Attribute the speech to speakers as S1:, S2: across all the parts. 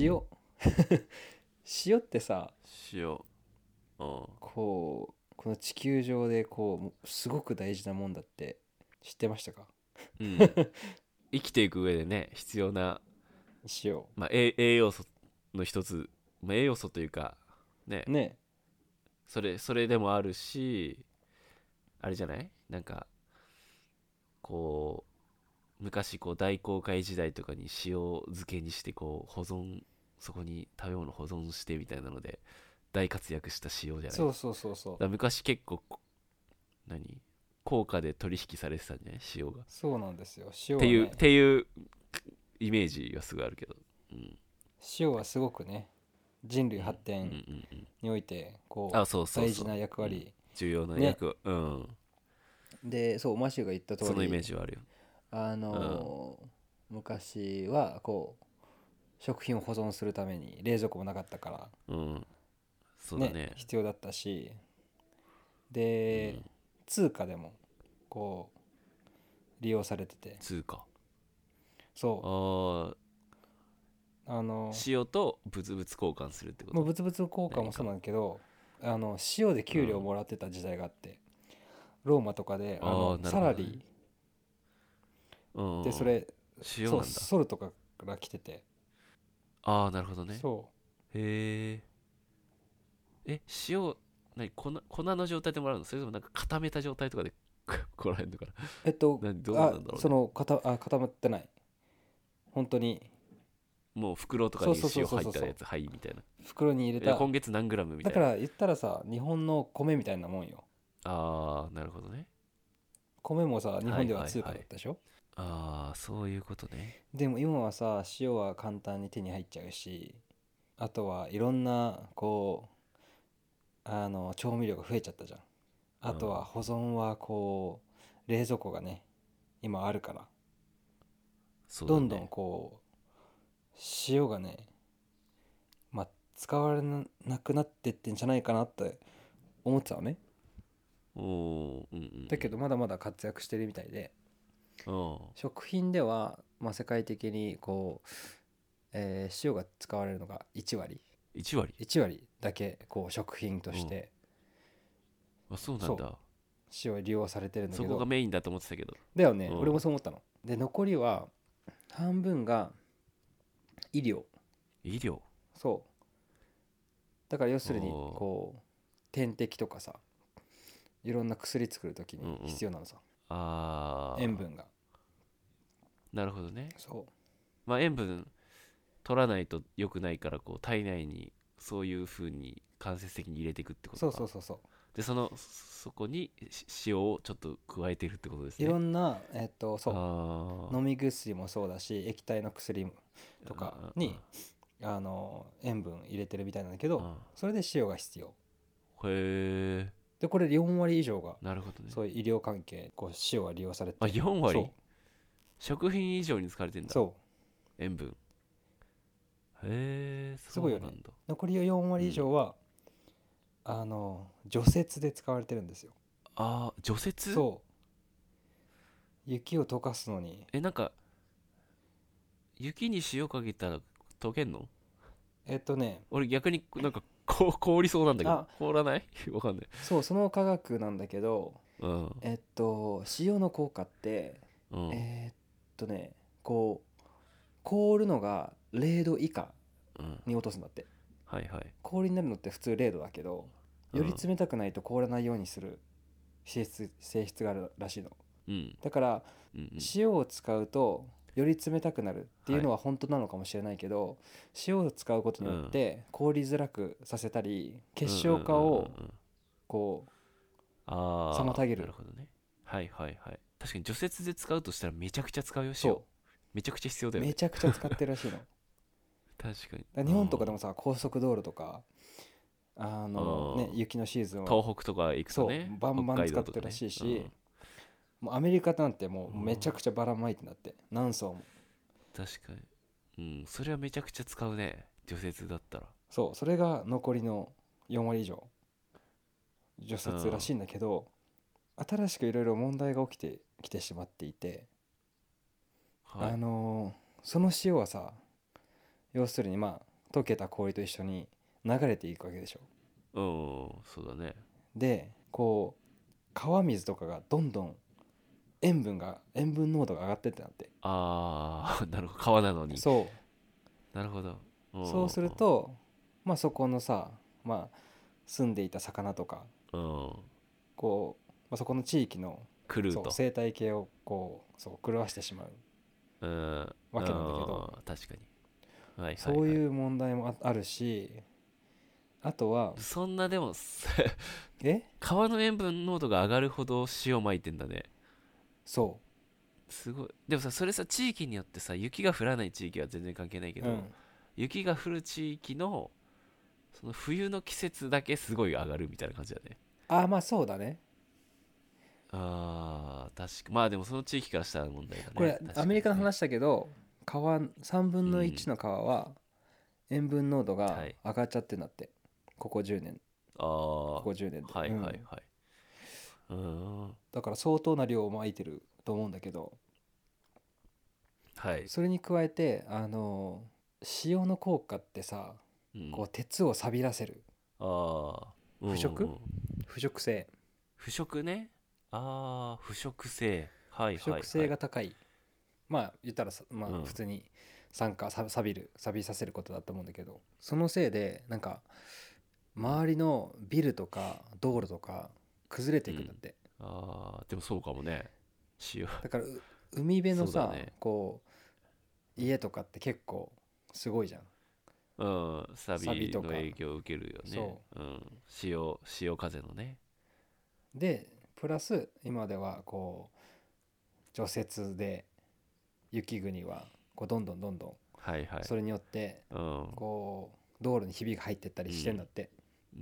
S1: 塩 塩ってさ
S2: 塩うん
S1: こうこの地球上でこうすごく大事なもんだって知ってましたか
S2: うん 生きていく上でね必要な、
S1: 塩
S2: まあ、栄栄養素の一つ、まあ、栄養素というかね
S1: ね
S2: それそれでもあるしあれじゃないなんかこう昔こう大航海時代とかに塩漬けにしてこう保存そこに食べ物保存してみたいなので大活躍した塩じゃない
S1: そうそうそうそ
S2: だか
S1: う
S2: ら昔結構こ何高価で取引されてたんじゃない塩が、
S1: そうなんですよ塩は、
S2: って
S1: ね、
S2: いうっていうイメージがすごいあるけど、うん、
S1: 塩はすごくね人類発
S2: うんう
S1: 展
S2: んうん
S1: においてこう
S2: あそうそうそう
S1: 大事な役割
S2: 重要な
S1: ね
S2: 役、うん
S1: でそうマシューが言った通
S2: そのイメー
S1: り
S2: ジはあるよ
S1: あのー昔はこう食品を保存するために冷蔵庫もなかったから
S2: うんそうだね
S1: 必要だったしで、
S2: うん
S1: 通貨でもこう利用されてて
S2: 通貨
S1: そ
S2: あ
S1: うあの
S2: あ塩と物々交換するってこ
S1: もう
S2: と
S1: 物々交換もそうなんだけどあの塩で給料もらってた時代があって、ローマとかであの
S2: あーなる
S1: サ
S2: ほど
S1: ラ
S2: ね
S1: リ
S2: うんう
S1: ー
S2: ん
S1: でそれ
S2: 塩
S1: そう
S2: な
S1: ん
S2: だ
S1: ソルとかから来てて、
S2: ああなるほどね
S1: そ
S2: へええ塩何粉粉の状態でもらうのそれともなんか固めた状態とかで こらへんのかな
S1: うえっと
S2: 何どうな
S1: あ
S2: んだろうね
S1: その固あ固まってない本当に
S2: もう袋とかに
S1: そうそう
S2: 塩
S1: そう
S2: 入
S1: そ
S2: っ
S1: うそ
S2: た
S1: う
S2: やつはいみたいな
S1: 袋に入れ
S2: え
S1: た
S2: 今月何グラムみた
S1: だ
S2: い
S1: か
S2: な
S1: ら言ったらさ日本の米みたいなもんよ
S2: ああなるほどね
S1: 米もさ日本ではい
S2: はいはい
S1: は通貨だったでしょ、
S2: ああそういうことね
S1: でも今はさ塩は簡単に手に入っちゃうしあとはいろんなこうあの調味料が増えちゃったじゃんあと
S2: う
S1: は
S2: ん
S1: 保存はこう冷蔵庫がね今あるから、
S2: そうだ
S1: ど
S2: ね
S1: んどんこう塩がねまあ使われなくなってってんじゃないかなって思ってたのね
S2: おーうんうん
S1: だけどまだまだ活躍してるみたいで
S2: ど
S1: 食品では、まあ、世界的にこう、えー塩が使われるのが1割
S2: 1割
S1: 1割だけこう食品として
S2: あそうな
S1: そ
S2: ん
S1: う
S2: だ
S1: 塩は利用されてるんだ
S2: そ
S1: け
S2: こが
S1: ど
S2: メインだと思ってたけど
S1: だよね
S2: うん
S1: 俺もそう思ったので残りは半分が医療
S2: 医療
S1: そうだから要するに
S2: おー
S1: こう点滴とかさいろんな薬作る時
S2: うん
S1: に
S2: うん
S1: 必要なのさ
S2: ああ
S1: 塩分が
S2: なるほどね
S1: そ
S2: まあ塩分取らないと良くないからこう体内にそういう風に間接的に入れていくってこ
S1: う
S2: と
S1: そ
S2: か
S1: うそうそうそう
S2: でそのそこにし塩をちょっと加えてるってことです
S1: い
S2: ね
S1: ろんなえっとそう
S2: あー
S1: 飲み薬もそうだし液体の薬もとかに
S2: あ
S1: あの塩分入れてるみたいなんだけ
S2: ー
S1: ど
S2: あ
S1: それで塩が必要
S2: ーへえ
S1: でこれ4割以上が
S2: なるほどね
S1: そういう医療関係こう塩は利用されて
S2: あ4割
S1: そ
S2: 食品以上に使われてん
S1: う
S2: だ
S1: そう
S2: 塩分へえ
S1: すごいよね
S2: そうなんだ
S1: 残り4割以上は、あの除雪で使われてるんですよ
S2: あー除雪
S1: そう雪を溶かすのに
S2: えなんか雪に塩かけたら溶けんの
S1: えっとね
S2: 俺逆になんかこ凍りそうなんだけど
S1: あ
S2: 凍らないわかんない
S1: そうその科学なんだけど
S2: うん
S1: えっと塩の効果って、
S2: うん
S1: えっとねこう凍るのが0度以下
S2: うん
S1: に落とすんだって
S2: はいはい
S1: 氷になるのって普通0度だけどより冷たくないと凍らないようにする性質性質があるらしいの
S2: うん
S1: だから
S2: うんうん
S1: 塩を使うとより冷たくなるっていうのは本当なのかもしれないけど、塩を使うことによって凍りづらくさせたり結晶化を
S2: うんうんうんうん
S1: こ
S2: ああ
S1: 妨げる
S2: なるほどねはいはいはい確かに除雪で使うとしたらめちゃくちゃ使うよ
S1: う
S2: 塩
S1: そ
S2: めちゃくちゃ必要だ
S1: う
S2: よね
S1: めちゃくちゃ使ってるら しいのだか
S2: 確かに
S1: ら日本とかで
S2: も
S1: もさ高速道路とかあの
S2: うん
S1: ね雪のシーズンは
S2: 東北とか行くとね
S1: そうバンバン
S2: 北海道
S1: 使
S2: とか
S1: ってるらしいし
S2: ねうん
S1: もうアメリカなんてもううんめちゃくちゃばらまいてなって何層も
S2: 確かにうんそれはめちゃくちゃ使うね除雪だったら
S1: そうそれが残りの4割以上除雪らしいんだけど、新しくいろいろ問題が起きてきてしまっていて、
S2: はい
S1: あのーその塩はさ要するにまあ溶けた氷と一緒に流れていくわけでしょ
S2: うんそうだね
S1: でこう川水とかがどんどん塩分が塩分濃度が上がってってなって
S2: ああ なるほど川なのに
S1: そう
S2: なるほどん
S1: そうするとまあそこのさまあ住んでいた魚とか
S2: うん
S1: こう、まあ、そこの地域の
S2: 来る
S1: そう
S2: と
S1: 生態系をこうそう狂わしてしまう
S2: うん
S1: わけなんだけど
S2: うん確かにはいはい、はい、
S1: そういう問題もああるしあとは
S2: そんなでも
S1: え
S2: 川の塩分濃度が上がるほど塩まいてんだね
S1: そ
S2: すごいでもさそれさ地域によってさ雪が降らない地域は全然関係ないけ
S1: う、
S2: ど、
S1: うん、
S2: 雪が降る地域のその冬の季節だけすごい上がるみたいな感じだね
S1: ああまあそうだね
S2: あー確かまあでもその地域からしたら問題だね
S1: これ
S2: 確かに
S1: アメリカの
S2: ね
S1: 話だけど川3分の1の川は塩分濃度が
S2: はい
S1: 上がっちゃってんだってここ10年
S2: ああ
S1: ここ10年で、
S2: はいはいは
S1: う
S2: い
S1: ん
S2: うーん
S1: だから相当な量をまいてると思うんだけど
S2: はい、
S1: それに加えてあの塩の効果ってさ
S2: うん
S1: こう鉄を錆びらせる
S2: ああ
S1: 腐食腐食性
S2: 腐食ねああ腐食性はい
S1: 腐
S2: はいはい
S1: 食性が高いまあ言ったらさま
S2: うん
S1: あ普通に酸化さ錆びる錆びさせることだと思うんだけどそのせいでなんか周りのビルとか道路とか崩れていくんだって
S2: ああでもそうかもね塩
S1: だからう海辺の
S2: そう
S1: さ
S2: だね
S1: こう家とかって結構すごいじゃん
S2: うんサ
S1: サ
S2: ビ
S1: ビと
S2: の
S1: か
S2: 影響を受けるよね、
S1: そう
S2: ん、潮潮風のね
S1: でプラス今ではこう除雪で雪国はこうどんどんどんどん
S2: はいはい
S1: それによって
S2: うん
S1: こう道路にひびが入ってったりしてんだって、だか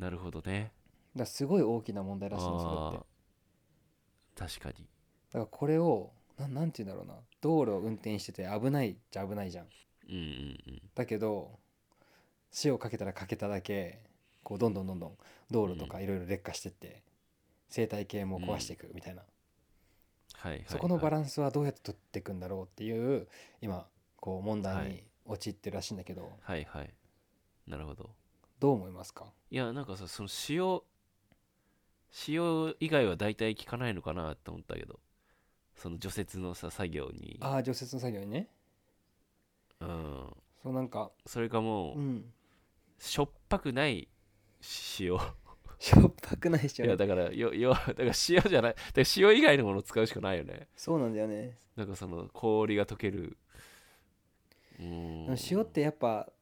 S2: なるほどね
S1: らすごい大きな問題らしいんですよだってだ
S2: あー確かに
S1: からこれをななんて言うんだろうな道路を運転してて危ないじゃ危ないじゃん
S2: うんうん
S1: だけど塩かけたらかけただけこうどんどんどんどん道路とかいろいろ劣化してって生態系も壊していくみたいな
S2: はいはい、はい、
S1: そこのバラ
S2: ラ
S1: ンスはどうやって取っていくんだろうっていう今こう問
S2: は
S1: 題に
S2: い
S1: 陥ってるらしいんだけど、
S2: はいはいなるほど
S1: どう思いますか
S2: いやなんかさその塩塩以外は大体効かないのかなって思ったけどその除雪のさ作業に
S1: ああ除雪の作業にね
S2: うん
S1: そうなんか
S2: それかもう、
S1: うん
S2: しょっぱくない塩
S1: しょっぱくないし
S2: いやだからよよだから塩じゃないだから塩以外のものを使うしかないよね
S1: そうなんだよね
S2: なんかその氷が溶けるう
S1: で
S2: ーん
S1: も塩ってやっぱ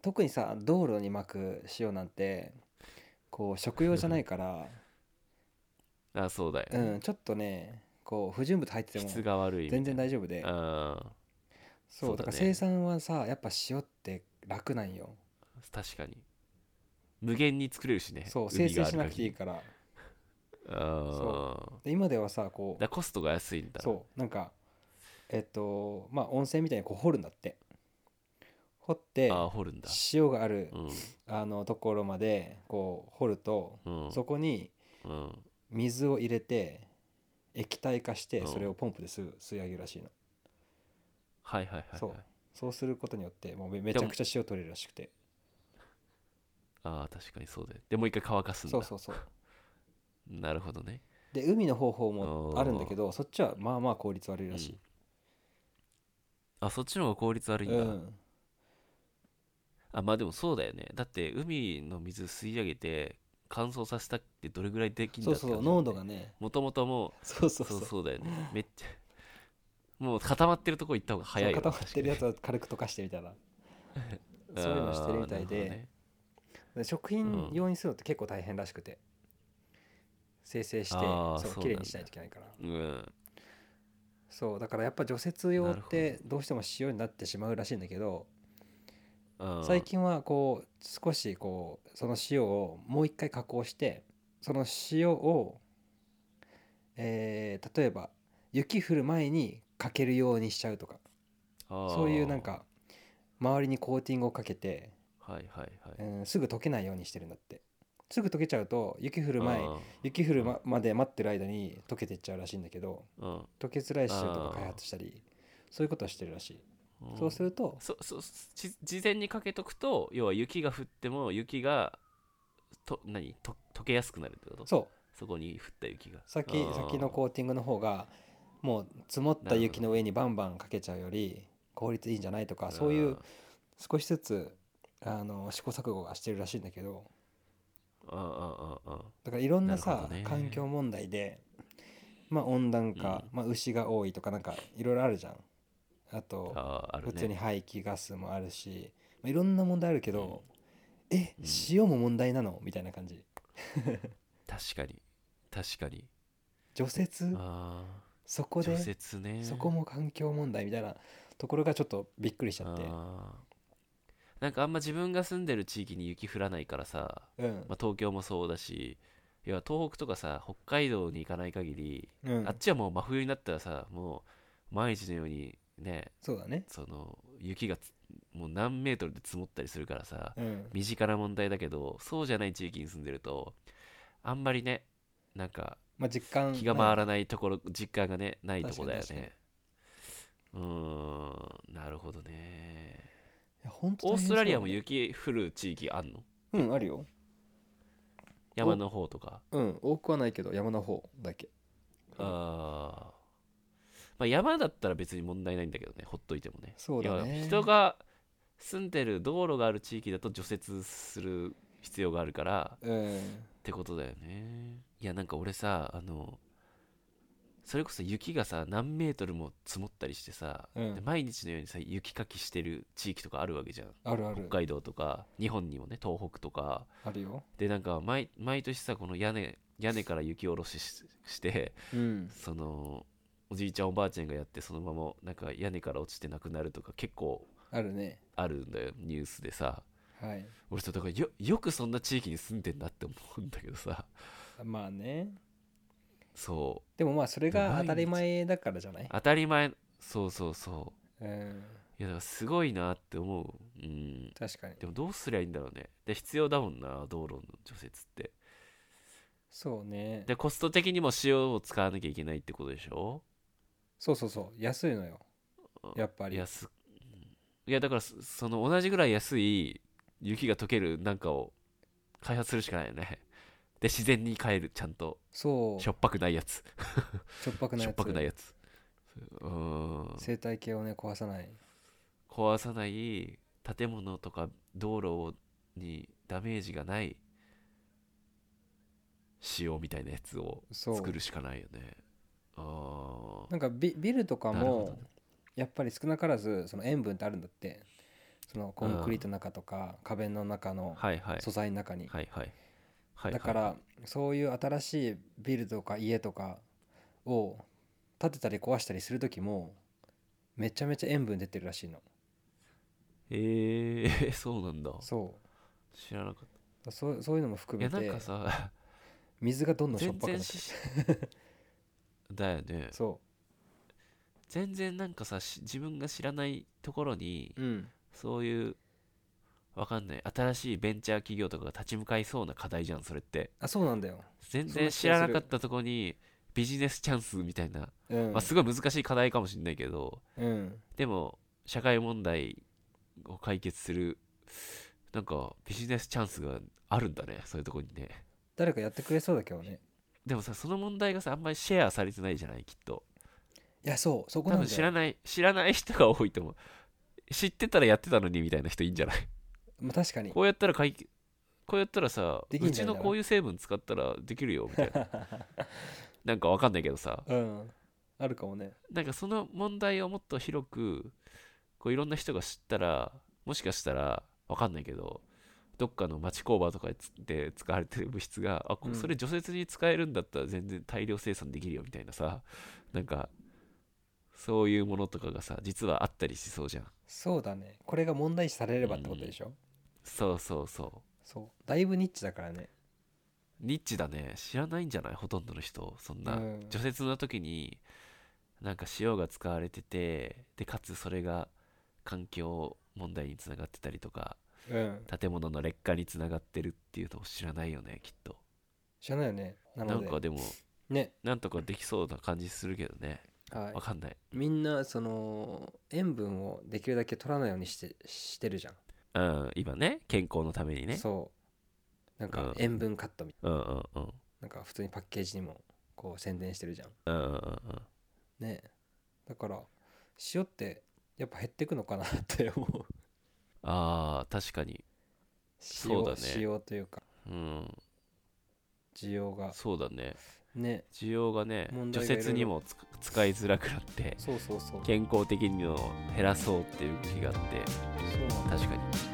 S1: 特にさ道路にまく塩なんてこう食用じゃないから
S2: あ そうだよ
S1: う
S2: ね、
S1: んちょっとねこう不純物入ってても
S2: 質が悪いみたい
S1: 全然
S2: な
S1: 大丈夫で
S2: あ
S1: そ
S2: そうう
S1: だ
S2: だね
S1: から生産はさやっぱ塩って楽なんよ
S2: ー確かに無限に作れるしね
S1: そう生
S2: 海
S1: 成
S2: があ
S1: し
S2: る
S1: なくてい
S2: 限
S1: い
S2: り
S1: から
S2: あー
S1: で今ではさこう
S2: だからコストが安いんだ
S1: そうなんかえっとまあ温泉みたいにこう掘るんだって掘って
S2: ああ掘るんだ
S1: 塩がある
S2: うん
S1: あのところまでこう掘ると
S2: うん
S1: そこに
S2: うん
S1: 水を入れて液体化して
S2: うん
S1: それをポンプです吸い上げるらしいの
S2: はいはいはい、はい、
S1: そうそうすることによってもうめめちゃくちゃ塩取れるらしくて
S2: ああ確かにそうだよでもう一回乾かすんだ
S1: そうそうそう
S2: なるほどね
S1: で海の方法もあるんだけどそっちはまあまあ効率悪いらしい
S2: あそっちの方が効率悪いん
S1: う
S2: だ、
S1: ん
S2: あまあでもそうだよねだって海の水吸い上げて乾燥させたってどれぐらいできん
S1: そ
S2: だっ
S1: う
S2: て
S1: そう濃度がね
S2: もともとも
S1: そう
S2: う
S1: そうそ
S2: そう
S1: う
S2: そうだよねめっちゃもう固まってるとこ行った方が早いよ
S1: そう固まってるやつは軽く溶かしてみたい なそういうのしてるみたいで,、で食品用にするのって結構大変らしくて生成して
S2: あー
S1: そ
S2: そうう
S1: 綺麗
S2: なん
S1: に
S2: だ
S1: しないといけないから
S2: うんうん
S1: そうだからやっぱ除雪用
S2: な
S1: っ
S2: るほど
S1: てどうしても塩になってしまうらしいんだけど
S2: あー
S1: 最近はこう少しこうその塩をもう一回加工してその塩をえー例えば雪降る前にかけるようにしちゃうとか
S2: あー
S1: そういうなんか周りにコーティングをかけて
S2: はいはいはい
S1: うん、すぐ溶けないようにしてるんだってすぐ溶けちゃうと雪降る前
S2: あ
S1: 雪降るままで待ってる間に溶けてっちゃうらしいんだけど
S2: ーうん
S1: 溶けづらい塩とか
S2: あー
S1: 開発したりそういうことをしてるらしい
S2: ん
S1: そうすると
S2: そそし事前にかけとくと要は雪が降っても雪がと何と溶けやすくなるってことそ
S1: そう
S2: こに降った雪が
S1: 先
S2: あー
S1: 先のコーティングの方がもう積もった雪の上にバンバンかけちゃうより効率いいんじゃないとかそういう少しずつあの試行錯誤がしてるらしいんだけど
S2: あーあーあーあー
S1: だからいろんな
S2: なる
S1: さ
S2: ほどね
S1: 環境問題で、まあ、温暖化、まあ、牛が多いとかなんかいろいろあるじゃん。あと
S2: あーある
S1: 普通に
S2: ね
S1: 排気ガスもあるし、まあ、いろんな問題あるけど、え塩も問題なのみたいな感じ
S2: 確かに確かに
S1: 除雪
S2: ああ
S1: そこ
S2: 除
S1: で
S2: 雪ね
S1: そこも環境問題みたいなところがちょっとびっくりしちゃって
S2: あーなんかあんま自分が住んでる地域に雪降らないからさ、
S1: うん
S2: まあ、東京もそうだし要は東北とかさ北海道に行かない限り、
S1: うん
S2: あっちはもう真冬になったらさもう毎日のようにね
S1: そうだね
S2: その雪がつもう何メートルで積もったりするからさ
S1: うん
S2: 身近な問題だけどそうじゃない地域に住んでるとあんまりねなんか
S1: まあ実感
S2: 気が回
S1: ない
S2: らないところ実感がねないとこだよ
S1: 確かに
S2: ねうーんなるほどね
S1: いや本当
S2: オーストラリアも
S1: う
S2: 雪降る地域あんの
S1: うんあるよ
S2: 山の方とか
S1: うん多くはないけど山の方だけ
S2: あーまあ山だったら別に問題ないんだけどねほっといてもね
S1: そうだね
S2: いや人が住んでる道路がある地域だと除雪する必要があるから
S1: うん
S2: ってことだよねいやなんか俺さあのそれこそ雪がさ何メートルも積もったりしてさ、
S1: うん
S2: で毎日のようにさ雪かきしてる地域とかあるわけじゃん
S1: あるある
S2: 北海道とか日本にもね東北とか
S1: あるよ
S2: でなんか毎毎年さこの屋根屋根から雪下ろししして
S1: うん
S2: そのおじいちゃんおばあちゃんがやってそのままなんか屋根から落ちて亡くなるとか結構
S1: あるね
S2: あるんだよニュースでさ
S1: はい
S2: 俺さだからよよくそんな地域に住んでんなって思うんだけどさ
S1: まあね
S2: そう
S1: でもまあそれが
S2: 毎日
S1: 当たり前だからじゃない
S2: 当たり前そうそうそ
S1: うん
S2: ういやだからすごいなって思ううん
S1: 確かに
S2: でもどうすりゃいいんだろうねで必要だもんな道路の除雪って
S1: そうね
S2: でコスト的にも塩を使わなきゃいけないってことでしょ
S1: そうそうそう安いのよやっぱり
S2: 安うんいやだからそその同じぐらい安い雪が溶けるなんかを開発するしかないよね で自然に変えるちゃんと
S1: そう
S2: しょっぱくないやつ
S1: しょっぱくない
S2: しょ
S1: や
S2: っぱくない
S1: つ
S2: やつうーん
S1: 生態系をね壊さない
S2: 壊さない建物とか道路をにダメージがない仕様みたいなやつを
S1: そう
S2: 作るしかないよね。あ
S1: なんかビビルとか
S2: なるほど
S1: もやっぱり少なからずその塩分ってあるんだってそのコンクリートの中とか壁の中
S2: あ
S1: の
S2: はいはい
S1: 素材の中に
S2: はいはいはい
S1: だか
S2: はい
S1: らそういう新しいビルとか家とかを建てたり壊したりする時もめちゃめちゃ塩分出てるらしいの
S2: えー、 そうなんだ
S1: そ
S2: 知らなかっ
S1: うそうそういうのも含
S2: たいや
S1: め
S2: なん
S1: て
S2: かさ
S1: 水がどんどんしょっ
S2: 全
S1: ぱくなっ
S2: 然
S1: て
S2: しだよね
S1: そ
S2: 全然なんかさし自分が知らないところに
S1: ううん
S2: そういうわかんない新しいベンチャー企業とかが立ち向かいそうな課題じゃんそれって
S1: あそうなんだよ
S2: 全
S1: そんな
S2: 然
S1: 気
S2: 知
S1: が
S2: ら
S1: する
S2: なかったとこにビジネスチャンスみたいな、
S1: うん
S2: まあ、すごい難しい課題かもしれないけど
S1: うん
S2: でも社会問題を解決するなんかビジネスチャンスがあるんだねそういうとこにね
S1: 誰かやってくれそうだけどね
S2: でもさその問題がさあんまりシェアされてないじゃないきっと
S1: いやそうそこ
S2: 多
S1: なん
S2: 分
S1: だ
S2: 知ら
S1: よ
S2: ない知らない人が多いと思う知ってたらやってたのにみたいな人いいんじゃない
S1: まあ確かに
S2: こうやったら解決こうやったらさ
S1: できん
S2: う
S1: じゃ
S2: ち
S1: ない
S2: のこういう成分使ったらできるよみたいななんかわかんないけどさ
S1: うんあるかもね
S2: なんかその問題をもっと広くこういろんな人が知ったらもしかしたらわかんないけどどっかの町工場とかでつで使われてる物質があこ
S1: うん
S2: それ除雪に使えるんだったら全然大量生産できるよみたいなさなんかそういうものとかがさ実はあったりしそうじゃん
S1: そうだねこれが問題視されればってことでしょ、
S2: そうそうそう
S1: そうだいぶニッチだからね
S2: ニッチだね知らないんじゃないほとんどの人そんな、
S1: うん
S2: 除雪の時になんか塩が使われててでかつそれが環境問題につながってたりとか
S1: うん
S2: 建物の劣化につながってるっていうのを知らないよねきっと
S1: 知らないよねな
S2: な
S1: の
S2: ん
S1: で
S2: かでも
S1: ね
S2: なんとかできそうな感じするけどね
S1: はい
S2: わかんない
S1: みんなその塩分をできるだけ取らないようにしてしてるじゃん、
S2: うん今ね健康のためにね
S1: そうなん
S2: うん
S1: か塩分カットみたい
S2: うんうんうん
S1: ななんか普通にパッケージにもこう宣伝してるじゃん
S2: うんうんうん
S1: ねだから塩ってやっぱ減ってくのかなって思う
S2: あー確かに
S1: 塩
S2: そうだね
S1: 塩というか
S2: うん
S1: 需要が
S2: そうだね
S1: ね
S2: 需要がね
S1: 問
S2: 除
S1: 題がいろいろ
S2: 雪にもつく使いづらくなって
S1: そうそうそう
S2: 健康的にも減らそうっていう動きがあって
S1: そうなんだ
S2: 確かに